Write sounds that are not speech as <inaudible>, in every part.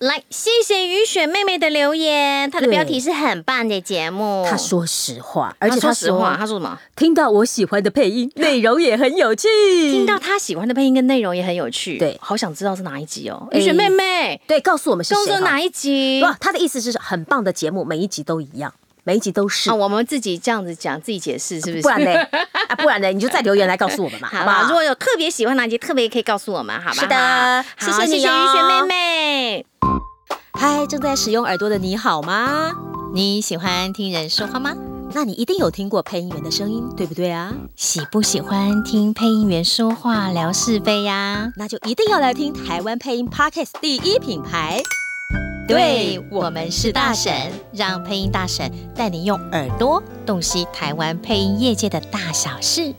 来，谢谢雨雪妹妹的留言，她的对标题是很棒的节目。他说实话，她而且哦说他实话，她说什么？听到我喜欢的配音，内容也很有趣。听到她喜欢的配音跟内容也很有趣，嗯对好想知道是哪一集哦。哎雨雪妹妹，对，告诉我们是工谁作哈哪一集？哇，他的意思是很棒的节目，每一集都一样，每一集都是啊，，我们自己这样子讲，自己解释是不是？不然呢？啊，不然呢？你就再留言来告诉我们 <laughs> 嘛，好好不吧，如好？果有特别喜欢哪集，特别可以告诉我们，好吧？是的好谢谢谢你谢哦雨雪妹妹。嗨，正在使用耳朵的你好吗？你喜欢听人说话吗？那你一定有听过配音员的声音，对不对啊？喜不喜欢听配音员说话聊是非呀、那就一定要来听台湾配音 Podcast 第一品牌。对我们是大神，让配音大神带你用耳朵洞悉台湾配音业界的大小事。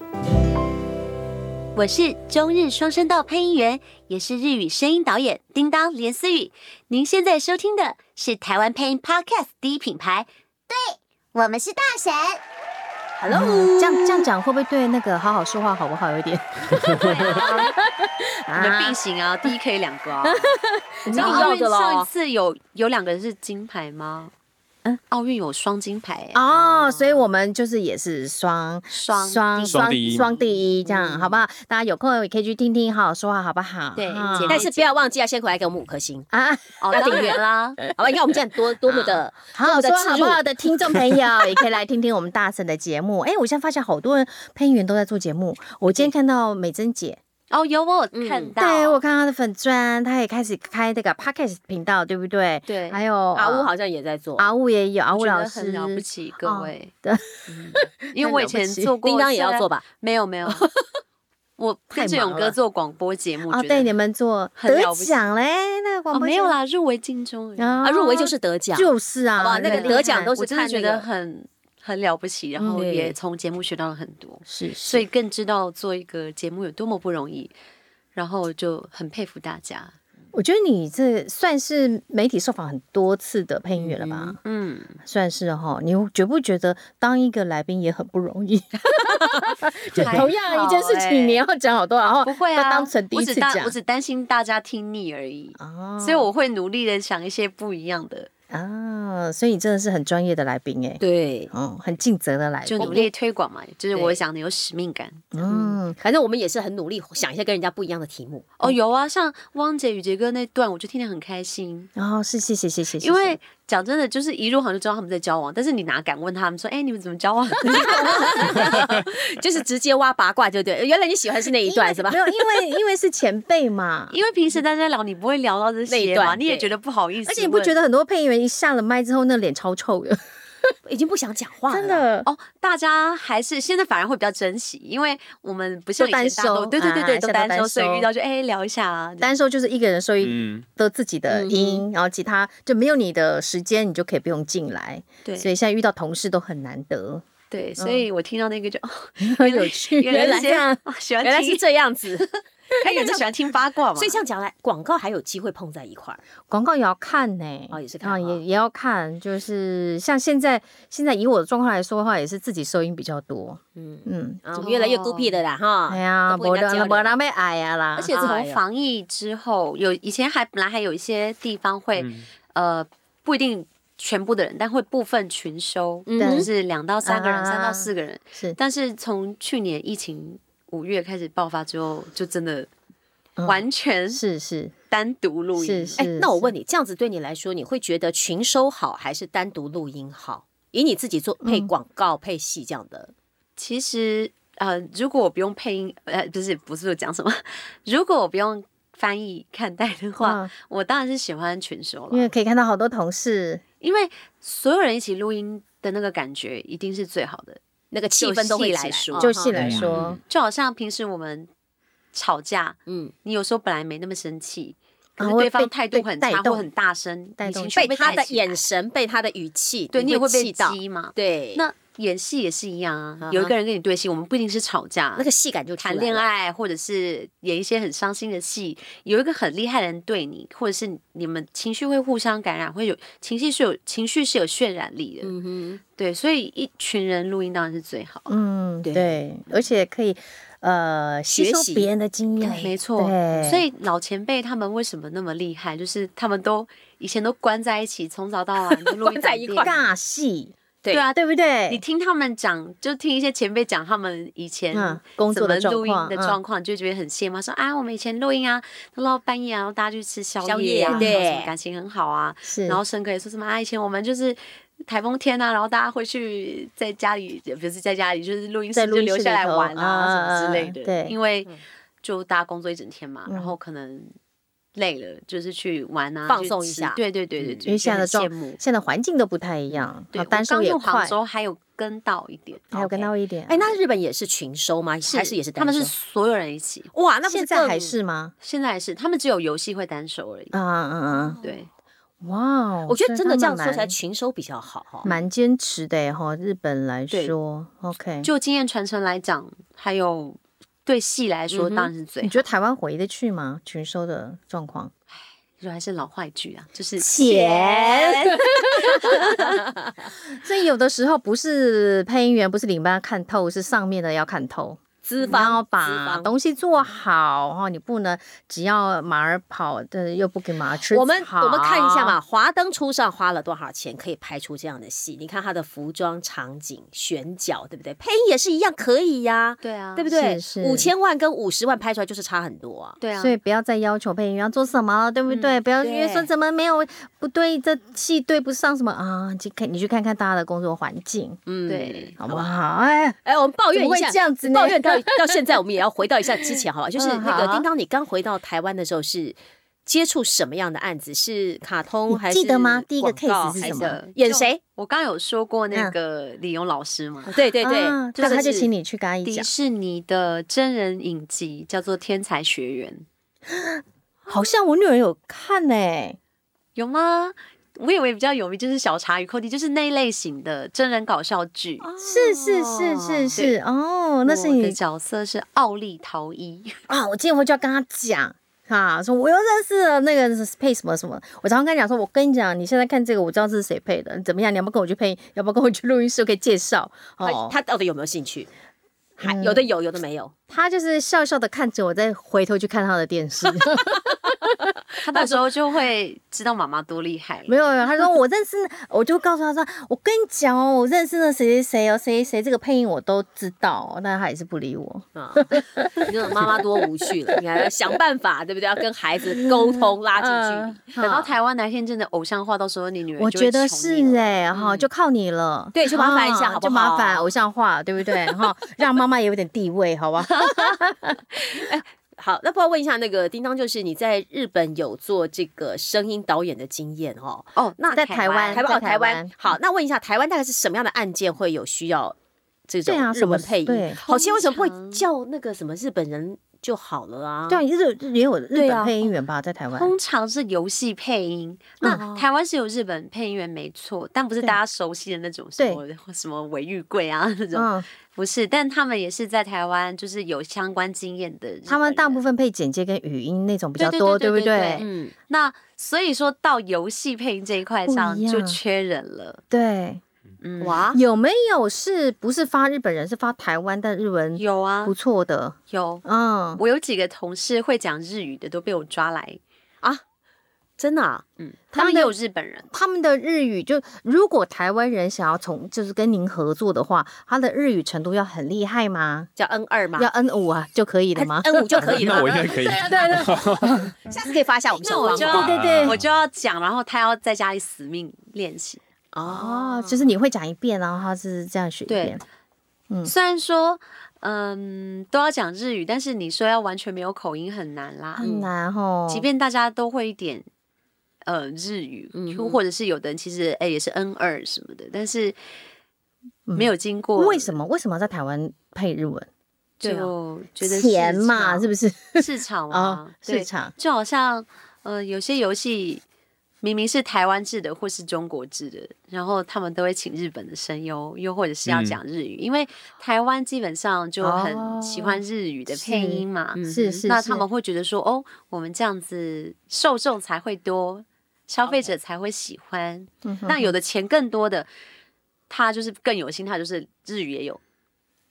我是中日双声道配音员，也是日语声音导演叮当连思雨。您现在收听的是台湾配音 Podcast 第一品牌，对我们是大神。 Hello，、这样这样讲会不会对那个好好说话好不好有点？你们并行啊，第一可以两个啊。你你知道奥运上一咯。次有有两个人是金牌吗？嗯嗯，奥运有双金牌、欸，啊哦，所以我们就是也是双双双双第一双第一这样，好不好？大家有空也可以去听听好好说话，好不好？对哈姐 <laughs> 妹但是不要忘记要先回来给我们五 <laughs> 颗星，啊，哦，要当订阅然啦，好吧？你看我们这样多多 <laughs> 么的，好好我们的说植好不入好的听众朋友，也可以来听听我们大神的节目。哎，我现在发现好多人配音员都在做节目。我今天看到美珍姐，哦，有我嗯有看到，对我看她的粉砖，她也开始开那个 podcast 频道，对不对？对还有阿呃乌好像也在做，阿乌也有，阿乌我觉得老师很了不起，各位，对嗯因为我以前很了不起做过，叮当也要做吧？吧？没 <laughs> 有没有，我跟志勇太忙了哥做广播节目，哦，觉得对，你们做很得了不起奖嘞，那个广哦播没有节目啦，入围金钟而已，啊啊，入围就是得奖，就是啊，好不好那个很厉得奖害都是我真的看觉那得个很很了不起，然后嗯也从节目学到了很多，是所是以更知道做一个节目有多么不容易，然后就很佩服大家。我觉得你这算是媒体受访很多次的配音员了吧？嗯，算是哈，你觉不觉得当一个来宾也很不容易？就还同样一件事好欸情，你要讲好多，然后不会啊，要当成第我一只次担讲我只担心大家听腻而已，啊所以我会努力的想一些不一样的，啊，所以你真的是很专业的来宾哎，对，哦，很尽责的来宾，就努力推广嘛，就是我想的有使命感。嗯，反正我们也是很努力想一些跟人家不一样的题目。 <laughs> 哦，有啊，像汪姐、雨杰哥那段，我就听得很开心。然后是谢谢谢谢，谢谢因为讲真的，就是一入行就知道他们在交往，但是你哪敢问他们说，哎、你们怎么交往？，就是直接挖八卦，对不对？原来你喜欢是那一段是吧没？有，因为 <laughs> 因为是前辈嘛 <laughs> 因为平时大家聊，你不会聊到这那一些嘛，段你也对觉得不好意思问。而且你不觉得得很多配音员一下了麦之后，那脸超臭的，已经不想讲话了，真的。哦？大家还是现在反而会比较珍惜，因为我们不像以都前单大家都收对对对对，啊都现在都单收，单所收以遇到就哎、聊一下啊。单收就是一个人收一嗯，都自己的嗯音，然后其他就没有你的时间，你就可以不用进来。对所以现在遇到同事都很难得， <laughs> 对，所以我听到那个就哦，很有趣。原来这样，啊喜欢原来听是，这样 <laughs> 子。他也是喜欢听八卦嘛。所以这样讲来，广告还有机会碰在一块儿。广告也要看呢、哦也是看啊，哦也也要看，就是像现在现在以我的状况来说的话，也是自己收音比较多。嗯，嗯，啊，我们越来越孤哦僻的啦，哈。哎呀，都不没跟人家人交没流人被矮呀啦，而且哎从呦防疫之后，有以前还本来还有一些地方会、嗯呃不一定全部的人，但会部分群收，嗯就哼是两到三个人、三啊到四个人。是但是从去年疫情五月开始爆发之后，就真的嗯完全是是单独录音。是是。哎，那我问你，这样子对你来说，你会觉得群收好还是单独录音好？以你自己做配嗯广告、配戏这样的，其实呃，如果我不用配音，呃，不是不是我讲什么， <laughs> 如果我不用翻译看待的话，嗯我当然是喜欢群收因了，为可以看到好多同事，因为所有人一起录音的那个感觉一定是最好的。那个气氛都会就戏起来来说，就哈戏来说，就好像平时我们吵架，嗯，你有时候本来没那么生气，可然啊是后对被方态度被很带差或动很大声，带你动情绪被被他带的起来眼神、被他的语气，对你也会被气到。激嘛。对，那演戏也是一样啊哈，有一个人跟你对戏，我们不一定是吵架，那个戏感就出来谈了恋，爱或者是演一些很伤心的戏，有一个很厉害的人对你，或者是你们情绪会互相感染，会有情绪是有情绪是有渲染力的，嗯哼，对，所以一群人录音当然是最好。嗯，对对，而且可以呃吸学收习别人的经验，嗯没错，对所以老前辈他们为什么那么厉害？就是他们都以前都关在一起，从早到晚就录关在一档块电尬戏，对对啊，对不对？你听他们讲，就听一些前辈讲他们以前嗯工怎作的么状录音况的嗯状况，就觉得很羡慕。说啊，我们以前录音啊，都录到半夜啊，然后大家去吃宵宵夜啊，夜对然后什么感情很好啊。是，然后申哥也说什么啊，以前我们就是台风天啊，然后大家会去在家里，也不是在家里，就是录音在室录就音留室下里来头玩啊什么之类啊的。对因为嗯就大家工作一整天嘛，然嗯后可能累了，就是去玩啊，放去松一吃下对对对对嗯对，因为现在的就很状羡慕。现在环境都不太一样，对，好我单收刚也入行快的时，候还有跟到一点，还有跟 OK 到一点。哎，那日本也是群收吗？还是也是他们单是收所有人一起，哇，那不现是在还更是吗？现在是他们只有游戏会单手而已。啊啊啊！对，哇哦，我觉得所真以的他这样们说起来，蛮群收比较好哈。蛮坚持的哈，日本来对说，OK。就经验传承来讲，还有对戏来说，嗯哼当然是最你好。觉得台湾回得去吗？群收的状况，就还是老话一句啊，就是钱。 <laughs> 所以有的时候不是配音员，不是领班看透，是上面的要看透。 <laughs> 资你要方，把嗯资方。东西做好哈，你不能只要马儿跑，但是又不给马儿吃我们草我们看一下嘛，《华灯初上》花了多少钱可以拍出这样的戏？你看他的服装、场景、选角，对不对？配音也是一样，可以呀、对啊，对不对是是？五千万跟五十万拍出来就是差很多啊。嗯对啊所，以不要再要求配音员要做什么了，对不对？不要因为说对怎么没有不对，这戏对不上什么啊？你去看你去看看大家的工作环境，嗯，对好不好？哎，哎，我们抱怨怎么一会下，这样子呢抱怨到到现在，我们也要回到一下之 <laughs> 前，好吧？就是嗯那个好叮当，你刚回到台湾的时候是接触什么样的案子？是卡通还你是记得吗？第一个广告 case 是还什么？的演谁？我刚刚有说过那嗯个李勇老师嘛，对对对，啊就是他就是请你去跟他一迪讲，士尼的真人影集叫做《天才学园》，好像我女儿有看呢、有吗？我以为比较有名就是小茶与寇弟，就是那一类型的真人搞笑剧。是是是是是，哦，那是我的你角色是奥利桃一， <laughs> 啊！我今天回去要跟他讲。啊，说我又认识了那个配什么什么，我常常跟他讲说，我跟你讲，你现在看这个，我知道这是谁配的，怎么样？你要不要跟我去配？要不要跟我去录音室？我可以介绍他哦。哎他到底有没有兴趣？还嗯有的有，有的没有。他就是笑笑的看着我，再回头去看他的电视。 <laughs> 他到时候就会知道妈妈多厉害。没有没有，他说我认识，我就告诉他说，我跟你讲哦，我认识了谁谁谁哦，谁谁谁这个配音我都知道哦，但他也是不理我。啊，你这种妈妈多无趣了，你还要想办法，对不对？要跟孩子沟通，拉近距离。距等到台湾哪一天真的偶像化，到时候你女儿我就会觉得宠你是了嗯哎、哈，就靠你了。对就麻烦一下啊好不就麻烦好偶像化，对不对？哈，让妈妈也有点地位，好吧？ <laughs> 好，那不要问一下那个叮当，就是你在日本有做这个声音导演的经验哦？哦。那在台湾台湾哦，在台台湾湾。好，那问一下，台湾大概是什么样的案件会有需要这种对啊日什么文配对音？好奇怪为什么不通常会叫那个什么日本人就好了啊？对啊，日也有日对啊本配音员吧，在台湾。通常是游戏配音，那台湾是有日本配音员没错，但不是哦对大家熟悉的那种什么什么尾玉贵啊那种，嗯，不是，但他们也是在台湾就是有相关经验的日本人。他们大部分配简介跟语音那种比较对对多，对不对对对？嗯，那所以说到游戏配音这一块上不一样就缺人了，对，嗯，哇，有没有是不是发日本人，是发台湾但日文有啊不错的？有，嗯，我有几个同事会讲日语的都被我抓来，真的啊，嗯，他他们们也有有日本人，他们的日语就，如果台湾人想要从就是跟您合作的话，他的日语程度要很厉害吗？叫 N 二吗 <laughs> 要 N 五啊就可以啊了吗？ ？N 五就可以那了我。应该可以。下次可以发一下我 <laughs> 们那小我方就法。要对对对我就要讲，然后他要在家里死命练习。哦，就是你会讲一遍，然后他是这样学一对遍。嗯虽然说，嗯，都要讲日语，但是你说要完全没有口音很难啦。很难哦，即便大家都会一点，呃，日语，嗯或者是有的人其实哎、也是 N 二什么的，但是没有经过，嗯为什么为什么在台湾配日文？就觉得钱嘛，是不不是？是市场哦啊？，对市，场就好像呃，有些游戏。明明是台湾制的或是中国制的，然后他们都会请日本的声优，又或者是要嗯讲日语，因为台湾基本上就很喜欢哦日语的配是音嘛，嗯是是，那是他们会觉得说，哦，我们这样子受众才会多，消费者才会喜欢。嗯哼那有的钱更多的，他就是更有心，他就是日语也有，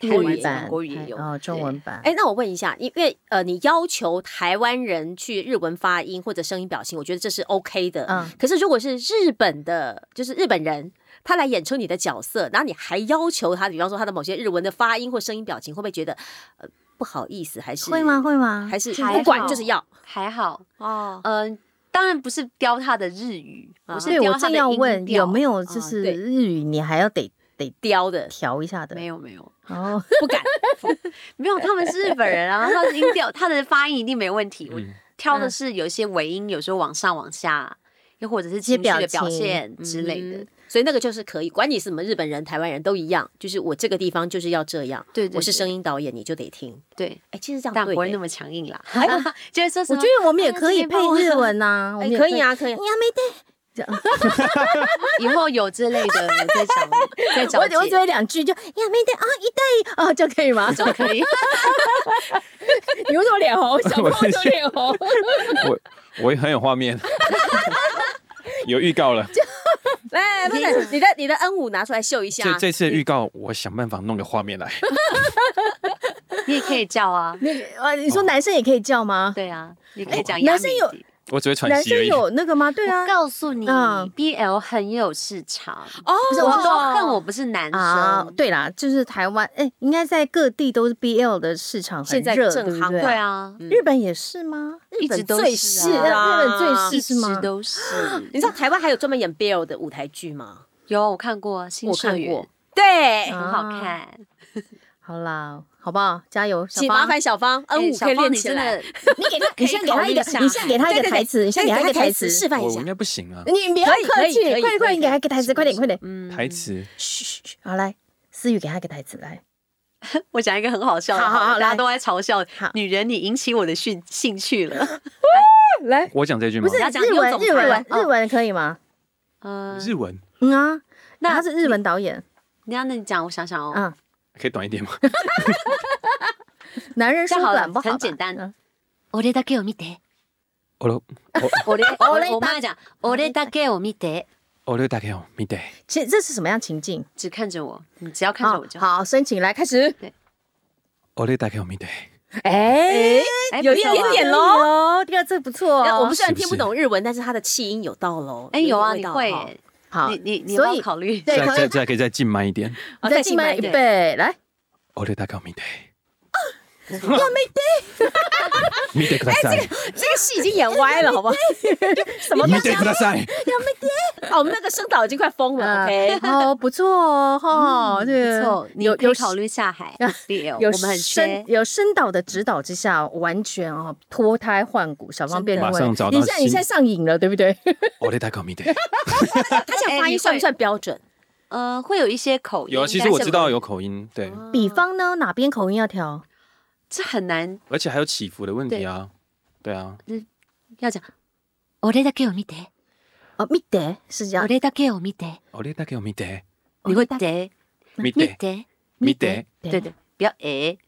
国汉语语也有版，国语也有。哦，中文版。哎，那我问一下，因为呃，你要求台湾人去日文发音或者声音表情，我觉得这是 OK 的。嗯可是如果是日本的，就是日本人，他来演出你的角色，然后你还要求他，比方说他的某些日文的发音或声音表情，会不会觉得呃不好意思？还是会吗？？会吗？还是还好不管就是要还好，哦嗯、当然不是雕他的日语，啊我是对，我雕他正的要音问有没有？有就是对日语，你还要得雕的调一下的。没有没有哦，不敢 <laughs> 没有，他们是日本人啊，他的音调他的发音一定没问题。我嗯挑的是有一些尾音，有时候往上往下，又或者是情绪的表现之类的。嗯所以那个就是可以，管你是什么日本人、台湾人都一样，就是我这个地方就是要这样。对对我是对声音导演，你就得听。对，哎，其实这样但对不会耶那么强硬啦， <laughs> 就是说什哎我么觉得我们也哎可以这边配帮我日文呐，我哎们也可以。啊，可以啊你。还没对，以后有这类的，我再找你再找我我只 <laughs> 姐会两句就你还没对啊，一对哦就可以吗？就可以。你为什么脸红？小 <laughs> 我朋友是就脸红。我我也很有画面， <laughs> 有预告了。来，啊不是你的你的 N 五拿出来秀一下这。这次的预告，我想办法弄个画面 <laughs> 来。你也可以叫啊，那个呃， <laughs> 哦你说男生也可以叫吗？对啊，你可以讲。哎男生有，我只会喘男息而生已。有那个吗？对啊我，告诉你嗯，BL 很有市场。哦，不是我我都说恨我不是男啊生，。对啦，就是台湾，哎，应该在各地都是 BL 的市场很现在热，正对不夯对？嗯对啊，日本也是吗？一日直本都最是是啊日本最一是是直吗？<laughs> 都是。你知道台湾还有专门演 BL 的舞台剧吗？有我看过《新我社看员》哎过，，对，啊很好看。好啦，好不好？加油，小请麻芳。烦小芳 N 哎五哦小可以芳练你起真来的，你给他，你先给考他虑一个一下，你先给他一个台词，你先给他一个台词。示范一我下应。该不行啊，你不要可以客气，可以可快点快点，以可以给他一个台词，快点快点。嗯台词嘘嘘嘘，好来，思雨给他一个台词来。我讲一个很好笑的，好好好大家来都在嘲笑好女人，你引起我的兴兴趣了。来，我哦讲这句吗？不是要讲日你文用日怎么文翻日文可以吗？嗯，日文嗯啊，那他是日文导演你要那你讲，我想想哦。啊，可以短一点吗？男人这说样好了短不好吧，很简单嗯我的大给我見て，我的我的我俺我妈讲，我的大给我見て，我的大概哦，没得。其实这是什么样情境？只看着我，你只要看着好我就好。好，申请来开始。我的大概哦，没得。哎，哎有不错一点啊点喽，这个这不错那哦。我们虽然是不听不是懂日文，但是它的气音有到喽。哎，有啊，一你点会味道哈耶，好，你你你所要不以要考 <laughs> 虑。对，再可再以再可以再近慢一点。哦再进来慢一一点。倍，来，我的大概哦，没得。啊 <laughs> 要没得。見てく <laughs> だ哎さい。这个戏已经演歪了，好不 <laughs> 好？什么見てください。哦，我们那个声导已经快疯了。啊 <laughs> OK，哦，不错哦，哈，这不个错，你有可以有考虑下海 BL，有我们很缺深。有深导的指导之下，完全哦脱胎换骨，小芳变真的另外一个马上找到你现在你新现在上瘾了，对不对？嗯我的大概哦，<laughs> 没得。他这样发音算不算标准？呃，会有一些口音。有啊，其实但我是知道有口音，对，比方呢，哪边口音要调？这很难而且还有起伏的问题啊。对啊，要讲。我的大给我見て，哦，密得是这样我。的大给我見て，我的大概哦，没啊得。你会得没見得。て，没得。对对，不要诶，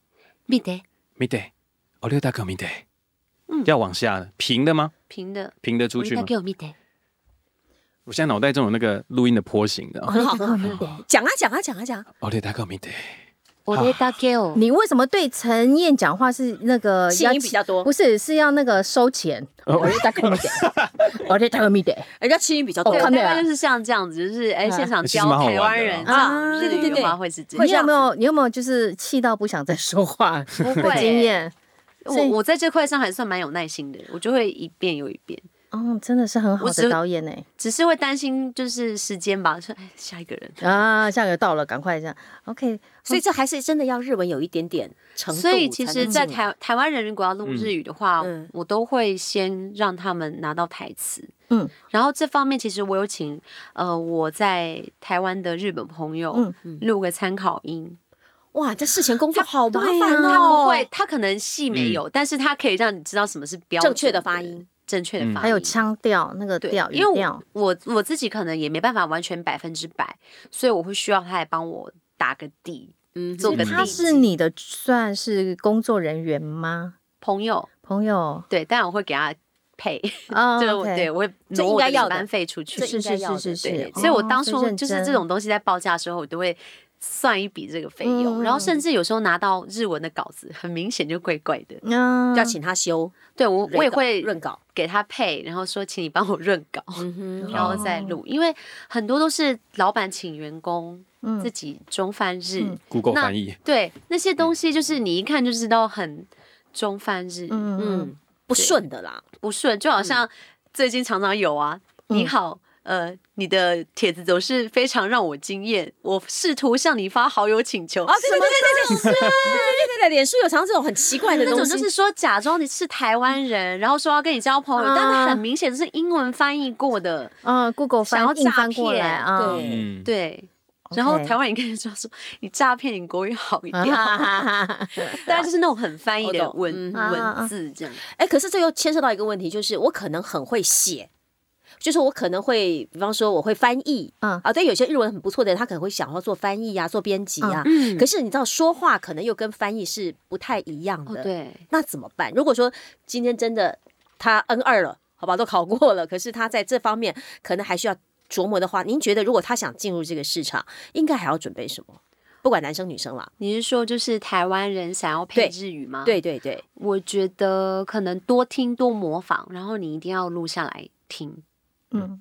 見て没得。我的大概哦，没得。嗯要往下的平的吗？平的。平的出我去的吗大？给我見て，我现在脑袋中有那个录音的波形的。哦很好，很好，很好。讲啊讲啊讲啊讲啊，我的大概哦，没得。我的大给我。你为什么对陈燕讲话是那个气要音比较多不是是要那个收钱？哦我得大哥密得，我得大哥密得。人家气音比较哦。多 <laughs> 对，看大到了概就是像这样子，就是哎，啊现场其实教蛮好玩台的湾啊人唱啊日对对语对的话会是这你有样没。有你有没有就是气到不想再说话不的会经验？所我以我在这块上还算蛮有耐心的，我就会一遍又一遍，哦，真的是很好我只的导演欸呢。只是会担心就是时间吧，说哎下一个人。啊，下个月到了，赶快这样。OK，所以这还是真的要日文有一点点程度。所以其实，在台，台台湾人如果要录日语的话，嗯嗯我都会先让他们拿到台词。嗯，然后这方面其实我有请呃我在台湾的日本朋友嗯录个参考音，哇，这事前工作好麻对啊烦哦。他不会，他可能戏没有，但是他可以让你知道什么是标准正确的发音，正确的嗯发音，还有腔调那个哎对调，语因为调我。我我自己可能也没办法完全百分之百，所以我会需要他来帮我打个底。嗯，做做个个地他是你的算是工作人员吗？朋友朋友对，当然我会给他配， <laughs> 啊就是我对对，我会这挪应我该的要班的费出去这。是应该是要是的是对是，，所以我哦当初认就是真这种东西在报价的时候，我都会算一笔这个费用，嗯然后甚至有时候拿到日文的稿子，很明显就怪怪的。啊要请他修，对我我润也稿会润稿，给他配，然后说请你帮我润稿，嗯哼，然后哦再录，因为很多都是老板请员工嗯自己中翻日，嗯 Google 那翻译，对那些东西就是你一看就知道很中翻日，嗯嗯嗯，不顺的啦，不顺，就好像最近常常有啊，你好。呃，你的帖子总是非常让我惊艳，我试图向你发好友请求，啊，对对对对对对对对对，脸书有常这种很奇怪的那东种西，就是说假装你是台湾人，然后说要跟你交朋友，啊但是很明显是英文翻译过的，啊，Google 嗯翻想要硬诈翻过骗来啊，对嗯，对。然后 OK 台湾人跟人说说你诈骗，你国语好一啊点，哈哈哈哈大概就是那种很翻译的我懂文嗯文字这样。哎，可是这又牵涉到一个问题，就是我可能很会写，就是我可能会，比方说我会翻译， <laughs> 嗯啊，对，有些日文很不错的人，他可能会想要做翻译啊，做编辑啊，嗯可是你知道说话可能又跟翻译是不太一样哦的，，对，那怎么办？如果说今天真的他 N 二了，好吧，都考过了，可是他在这方面可能还需要琢磨的话，您觉得如果他想进入这个市场，应该还要准备什么？不管男生女生啦，你是说就是台湾人想要配对日语吗？，对对对，我觉得可能多听多模仿，然后你一定要录下来听，嗯，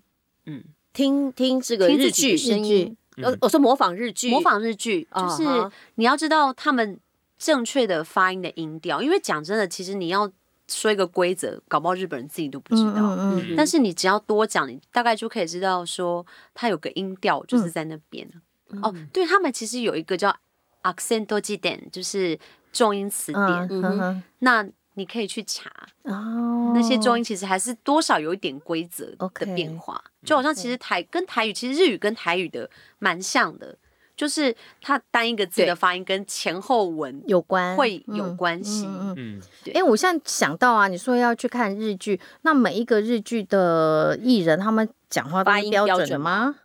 听听这个听自日剧己的，日声嗯音剧，呃我说模仿日剧，模仿日剧，啊就是哈你要知道他们正确的发音的音调，因为讲真的，其实你要说一个规则，搞不好日本人自己都不知嗯道。嗯嗯嗯但是你只要多讲，你大概就可以知道说它有个音调嗯就是在那边。嗯哦，对他们其实有一个叫 accent d e 就是重音词典，嗯嗯嗯那你可以去查。哦，嗯那些重音其实还是多少有一点规则 OK 嗯的变化就好像其实台跟台语，其实日语跟台语的蛮像的，就是它单一个字对的发音跟前后文有关会有嗯关系嗯嗯嗯嗯，哎、我现在想到啊，你说要去看日剧，那每一个日剧的艺人他们讲话都发是音标标准的准吗？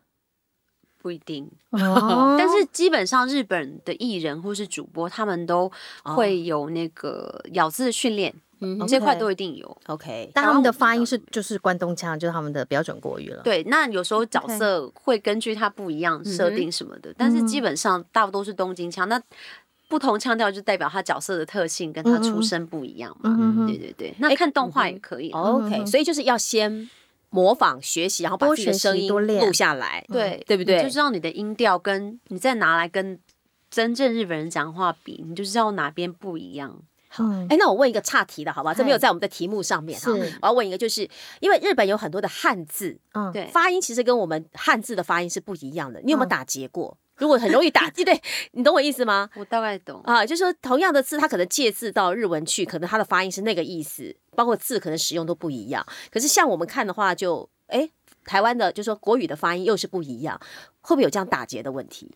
不一定， <laughs> 哦但是基本上日本的艺人或是主播，他们都哦会有那个咬字训练，嗯这块 OK 都一定有。 ，OK，但他们的发音是就是关东腔，就是他们的标准国语了。对，那有时候角 OK 色会根据它不一嗯样设定什么的，但是基本上大多都是东京腔。那不同腔调就代表他角色的特性跟他嗯出身不一样嘛。嗯嗯嗯对对对，那看动画也可以。啊，OK，所以就是要先模仿学习，然后把多自己的学习声音多练录下来，对对不对你就知道你的音调跟你再拿来跟真正日本人讲话比，你就知道哪边不一样。嗯，哎，那我问一个岔题的好吧？这没有在我们的题目上面哈。是我要问一个，就是因为日本有很多的汉字，嗯，对，发音其实跟我们汉字的发音是不一样的。你有没嗯有打结过？如果很容易打 <laughs> 结，对你懂我意思吗？我大概懂。啊，就是说同样的字，它可能借字到日文去，可能它的发音是那个意思，包括字可能使用都不一样。可是像我们看的话就，诶哎，台湾的就说国语的发音又是不一样，会不会有这样打结的问题？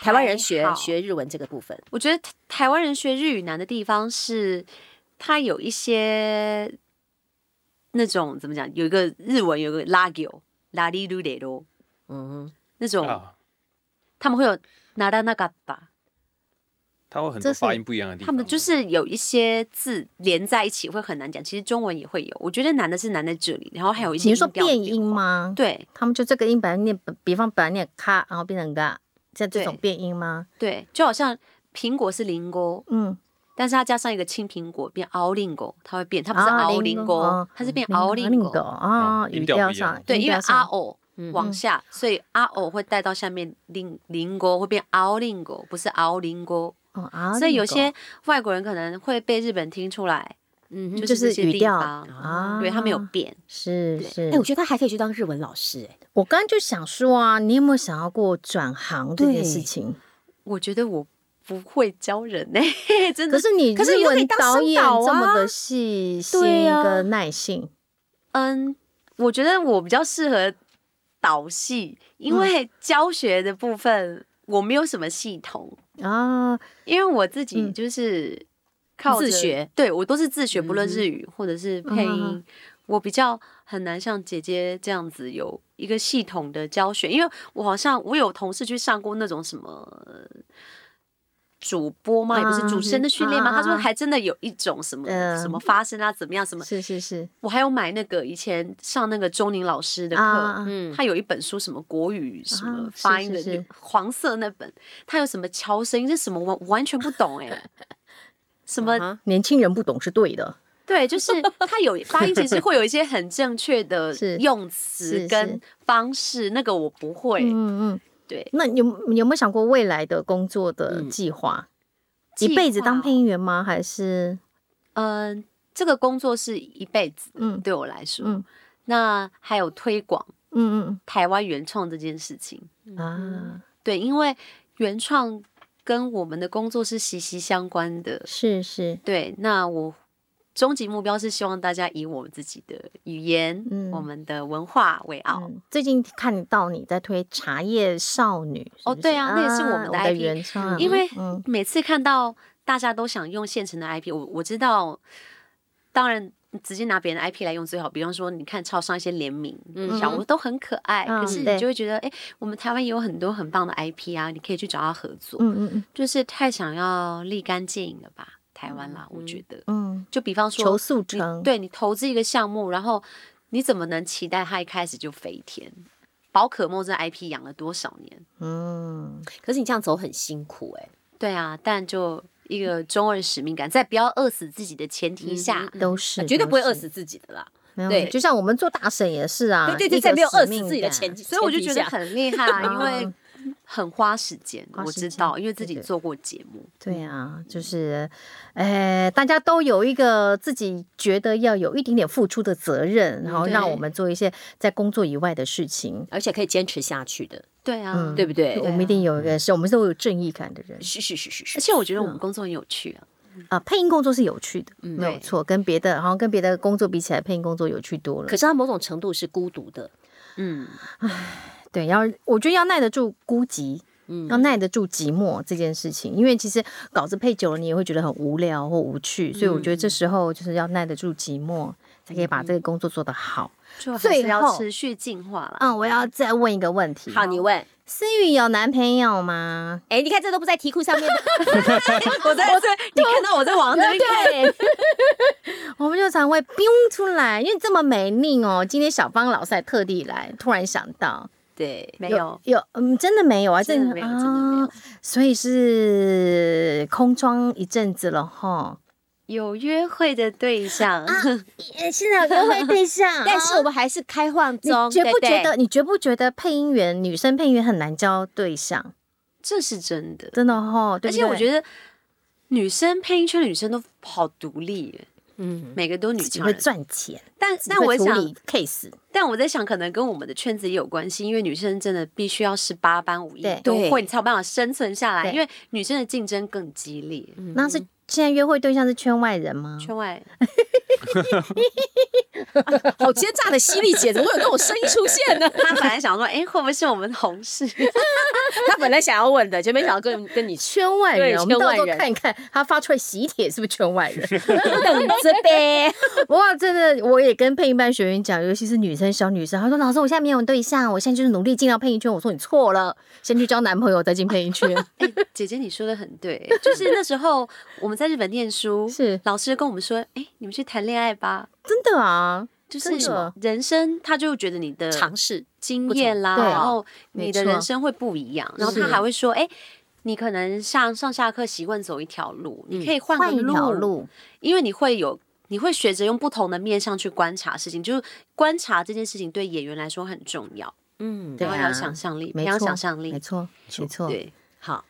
台湾人学还好学日文这个部分，我觉得台台湾人学日语难的地方是，他有一些那种怎么讲，有一个日文有一个拉丢拉里噜雷罗嗯，那种，啊，他们会有拿到那个吧，它会很这多是发音不一样的地方，他们就是有一些字连在一起会很难讲。其实中文也会有，我觉得难的是难在这里，然后还有一些你是说音调的变音化？吗？对他们就这个音本来念，比方本来念咔，然后变成嘎，像这对种变音吗？对，就好像苹果是林果，嗯，但是它加上一个青苹果变凹林果，它会变，它不是啊凹林果林果哦，它是变凹林果的。啊，嗯语音调调不一样上对，音因为调阿上偶嗯往下，所以阿偶会带到下面林林锅，会变凹林锅，不是凹林锅。哦啊，所以有那个些外国人可能会被日本听出来，嗯就就是这是些语地调方，啊，对他没有变。是对是哎、，我觉得他还可以去当日文老师、哎，我刚刚就想说啊，你有没有想要过转行这件事对情？我觉得我不会教人呢、 <laughs> 真可的。是你可是日你又可以文当导声演导这么啊的细心对啊跟耐性，嗯，我觉得我比较适合导戏，因嗯为教学的部分我没有什么系统，啊，因为我自己嗯就是靠着自学，对我都是自学，不论日语或者是配音，嗯我比较很难像姐姐这样子有一个系统的教学，因为我好像我有同事去上过那种什么。主播吗？也不是啊主持人的训练吗？啊啊他说还真的有一种什么嗯什么发声啊，怎么样什么？是是是我还有买那个以前上那个钟宁老师的课，啊嗯，他有一本书，什么国语什么啊发是音的，是是黄色那本，他有什么敲声音，这什么我完全不懂哎、什么、啊年轻人不懂是对的，对，就是他有发音，其实会有一些很正确的是用是词是跟方式，那个我不会。嗯嗯。对，那你有有没有想过未来的工作的计划？一辈子当配音，音员吗？还是嗯、这个工作是一辈子的，嗯对我来说，嗯那还有推广嗯台湾原创这件事情。嗯啊？对，因为原创跟我们的工作是息息相关的。是是，对，那我终极目标是希望大家以我们自己的语言、嗯我们的文化为傲。嗯，最近看到你在推《茶叶少女》是不哦是对啊那也是我们的我的 IP 原创，因为嗯每次看到大家都想用现成的 IP，我我知道，当然直接拿别人的 IP 来用最好。比方说，你看超商一些联名，嗯小物都很可爱，嗯可是对你就会觉得，哎、我们台湾也有很多很棒的 IP 啊，你可以去找他合作。嗯嗯嗯就是太想要立竿见影了吧，台湾啦，我觉得。嗯，就比方说，求速你成，对你投资一个项目，然后你怎么能期待它一开始就飞天？宝可梦这 IP 养了多少年？嗯，可是你这样走很辛苦哎、对啊，但就一个中二使命感，在不要饿死自己的前提下，都是嗯绝对不会饿，都死自己的啦。是没有对就像我们做大婶也是啊，对对对，一个在没有饿使死命自己的感前提，所以我就前觉提得下很厉害，因为嗯很花时间，花我时知间道，因为自己对对做过节目，对嗯啊，就是，呃，大家都有一个自己觉得要有一点点付出的责任，然后让我们做一些在工作以外的事情，而且可以坚持下去的，对啊，嗯对不对？嗯我们一定有一个是我们都有正义感的人是是是是是而。且我觉得我们工作很有趣啊，啊。配音工作是有趣的，嗯没有对错，跟别的好像跟别的工作比起来，配音工作有趣多了可。是它某种程度是孤独的，嗯，对，要我觉得要耐得住孤寂。嗯要耐得住寂寞这件事情，因为其实稿子配久了，你也会觉得很无聊或无趣，所以我觉得嗯这时候就是要耐得住寂寞，才可以把这个工作做得好。就还最是要后持续进化啦。嗯，我要再问一个问题。好，你问，思雨有男朋友吗？哎，你看这都不在题库上面的， <laughs> 我在我在，你看到我在往这边看，我们就常会 biu 出来，因为这么美丽哦。今天小芳老师还特地来，突然想到对， <laughs> 没有，有嗯，真的没有啊，真的没有，真的没有啊。所以是空窗一阵子了 <laughs> 哈。有约会的对象，也现啊在有约会对 <laughs> 象但是我 <laughs> 们还是开放你中，觉对不觉对得？你觉不觉得配音员女生配音员很难交对象？这是真的。真的哈，对而且我得觉得女生配音圈的女生都好独立耶，嗯，每个都女只强会人。赚钱，但只但会我处想理，case，但我在想，可能跟我们的圈子也有关系，因为女生真的必须要十八般武艺对都对会，你才有办法生存下来。对嗯因为女生的竞争更激烈，那是现在约会对象是圈外人吗？圈外好奸诈的犀利姐，怎么会有这种声音出现呢？ <laughs> 她本来想说，哎、会不会是我们同事？ <laughs> 他本来想要问的，就没想到跟跟你去，圈外人，对我们圈到外时候人看一看他发出来喜帖是不是圈外人。<laughs> <laughs> 等着呗。哇，真的，我也跟配音班学员讲，尤其是女生小女生，她说老师，我现在没有对象，我现在就是努力进到配音圈。我说你错了，先去交男朋友再进配音 <laughs> 圈。哎姐姐，你说的很对，就是那时候我们在日本念书，是老师跟我们说，哎、你们去谈恋爱吧，真的啊，就是真的人生，他就觉得你 <laughs> 的尝试，经验啦，不同对然后没你的错人生会不一样。然后是他还会说，哎、你可能上上下课习惯走一条路，你可以换嗯换个一条路，因为你会有。你会学着用不同的面向去观察事情，就是观察这件事情对演员来说很重要，嗯，对然啊后要有想象力，培没养错，想象没力。错，没错。对，好，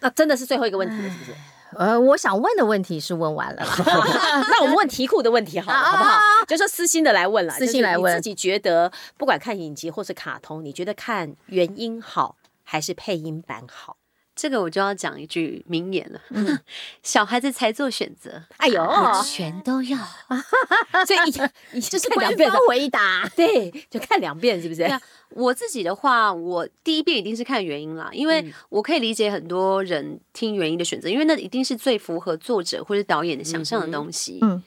那真的是最后一个问题了，是不是？呃，我想问的问题是问完 <laughs> 了啦，啊啊那我们问题库的问题好了，好不好？就说私心的来问了，私心来问就是你自己觉得不管看影集或是卡通，你觉得看原音好还是配音版好？这个我就要讲一句名言了：嗯 <laughs> 小孩子才做选择，哎 <laughs> 呦，我全都要。啊所以一一就是看两官遍方的，回答。对，就看两遍是不是对？啊，我自己的话，我第一遍一定是看原因啦，因嗯为我可以理解很多人听原因的选择，因为那一定是最符合作者或者导演的想象的东西。嗯哼嗯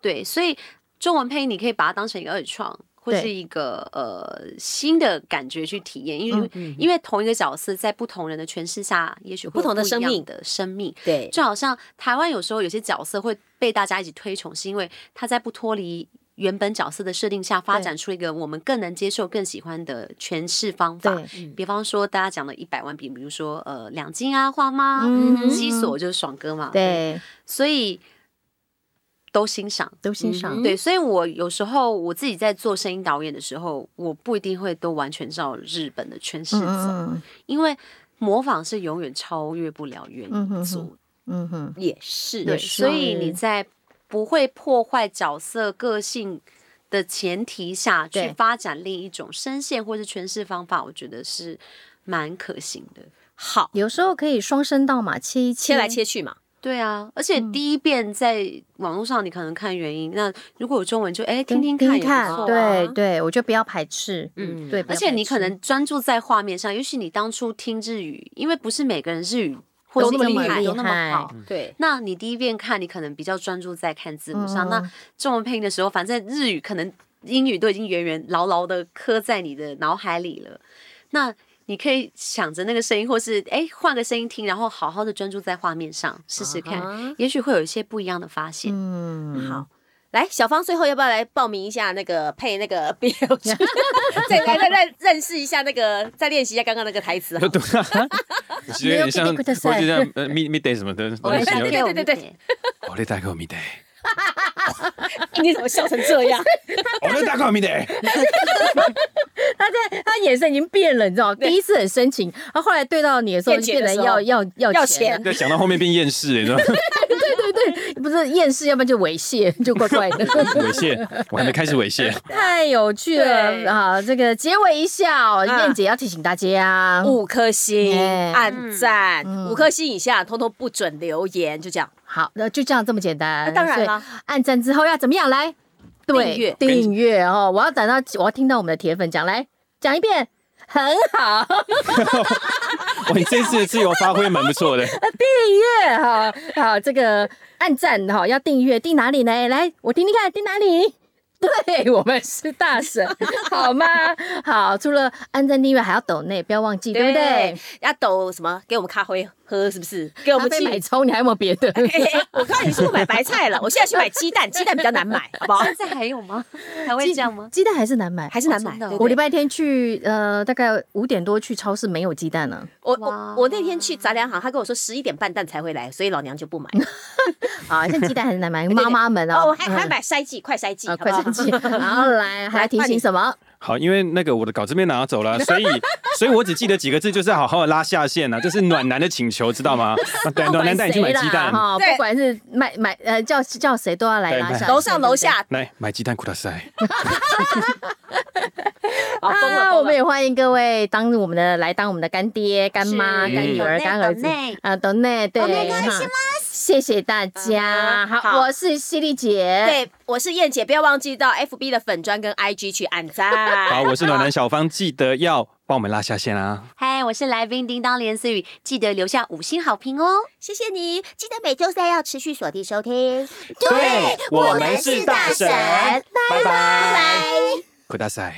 对，所以中文配音你可以把它当成一个二创。或对是一个呃新的感觉去体验，因为、嗯因为同一个角色在不同人的诠释下，也许会不有同的一样生命的生命，对，就好像台湾有时候有些角色会被大家一起推崇，是因为他在不脱离。原本角色的设定下，发对展出一个我们更能接受、更喜欢的诠释方法。对，嗯比方说大家讲的一百万比，比如说呃两金啊、花妈、嗯西索就是爽哥嘛，，对，所以都欣赏。都欣赏嗯，对，所以我有时候我自己在做声音导演的时候，我不一定会都完全照日本的诠释嗯走，嗯因为模仿是永远超越不了原嗯哼作。嗯哼，也是对，也是所以你在不会破坏角色个性的前提下去对发展另一种声线或是诠释方法，我觉得是蛮可行的。好，有时候可以双声道嘛，切一切切来，切去嘛，对啊，而嗯且第一遍在网络上你可能看原音，那如果有中文就哎听听看也不错、啊，对对，我觉得不要排斥，嗯嗯，对，不而要且排你可斥能专注在画面上，也许你当初听日语，因为不是每个人日语或都是那么英厉语都那么害好。嗯对，那你第一遍看，你可能比较专注在看字幕嗯上。那中文配音的时候，反正日语可能英语都已经远远牢牢的刻在你的脑海里了。那你可以想着那个声音，或是哎换个声音听，然后好好的专注在画面上试试看啊哈也许会有一些不一样的发现。嗯，好。来，小芳最后要不要来报名一下那个配那个 <laughs> BL 剧？再来再认认识一下那个，再练习一下刚刚那个台词好了。对 <laughs> 啊，其实有点像，没我有就像呃 mid midday 什么的东 <laughs> 西，对然对对对对，后我来打个 midday， <laughs> 你怎么笑成这样？我来打个 midday，他在他眼神已经变了，你知道吗？第一次很深情，然后后来对到你的时候厌就倦变的得时候要要要要钱了，对，想到后面变厌世，你知道吗？不是厌世，要不然就猥亵，就怪怪的。猥亵，我还没开始猥亵， <laughs> 太有趣对了嗯啊！这个结尾一笑，啊燕姐要提醒大家，啊五颗星，哎按赞，五颗星以下通通不准留言，就这样。好，那就这样这么简单。啊当然所以啦，按赞之后要怎么样来？对订阅订阅哦！我要等到我要听到我们的铁粉讲，来讲一遍，很好， <laughs> 哇，你这次的自由发挥蛮不错的，订阅哈，好，这个按赞哈，要订阅，订哪里呢？来，我听听看，订哪里？ <laughs> 对我们是大神，好吗？好，除了按赞订阅，还要抖内，不要忘记，对不对？？要抖什么？给我们咖啡喝，是不是？给我咖们啡去买葱，你还有没有别 <laughs> 的？哎哎哎我看你是不是买白菜了，我现在去买鸡蛋，鸡蛋比较难买，好不好？现在还有吗？ <laughs> 还会这样吗？鸡蛋还是难买， <laughs> 还是难买。真的哦对不对我礼拜天去，呃，大概五点多去超市，没有鸡蛋啊了我哇我我那天去杂粮行，他跟我说十一点半蛋才会来，所以老娘就不买。啊！现在鸡蛋还是难买， <laughs> 对妈妈们啊，哦，我还还嗯买筛剂，快筛剂，啊，好快不好生 <laughs> 气，然后来还要提醒什么？好，因为那个我的稿子被拿走了， <laughs> 所以，所以我只记得几个字，就是好好的拉下线啊呐，这是暖男的请求，知道 <laughs> 吗？暖暖男带你去买鸡蛋，哈，对不管是买买呃叫叫谁都要来对拉买下楼上楼下来买鸡蛋，苦大塞，啊！我啊，疯了疯们了。也欢迎各位当我们的来当我们的干爹、干妈、是 Oh 干女儿、嗯干儿子懂内啊，懂内对，懂内哈谢谢大家。嗯好，好我是犀利姐，对，我是燕姐，不要忘记到 FB 的粉砖跟 IG 去按赞。好，我是暖男小芳，记得要帮我们拉下线啊。嗨，我是来宾叮当连思雨，记得留下五星好评哦。谢谢你，记得每周三要持续锁定收听。对，我们是大神，拜拜，拜拜，苦大塞。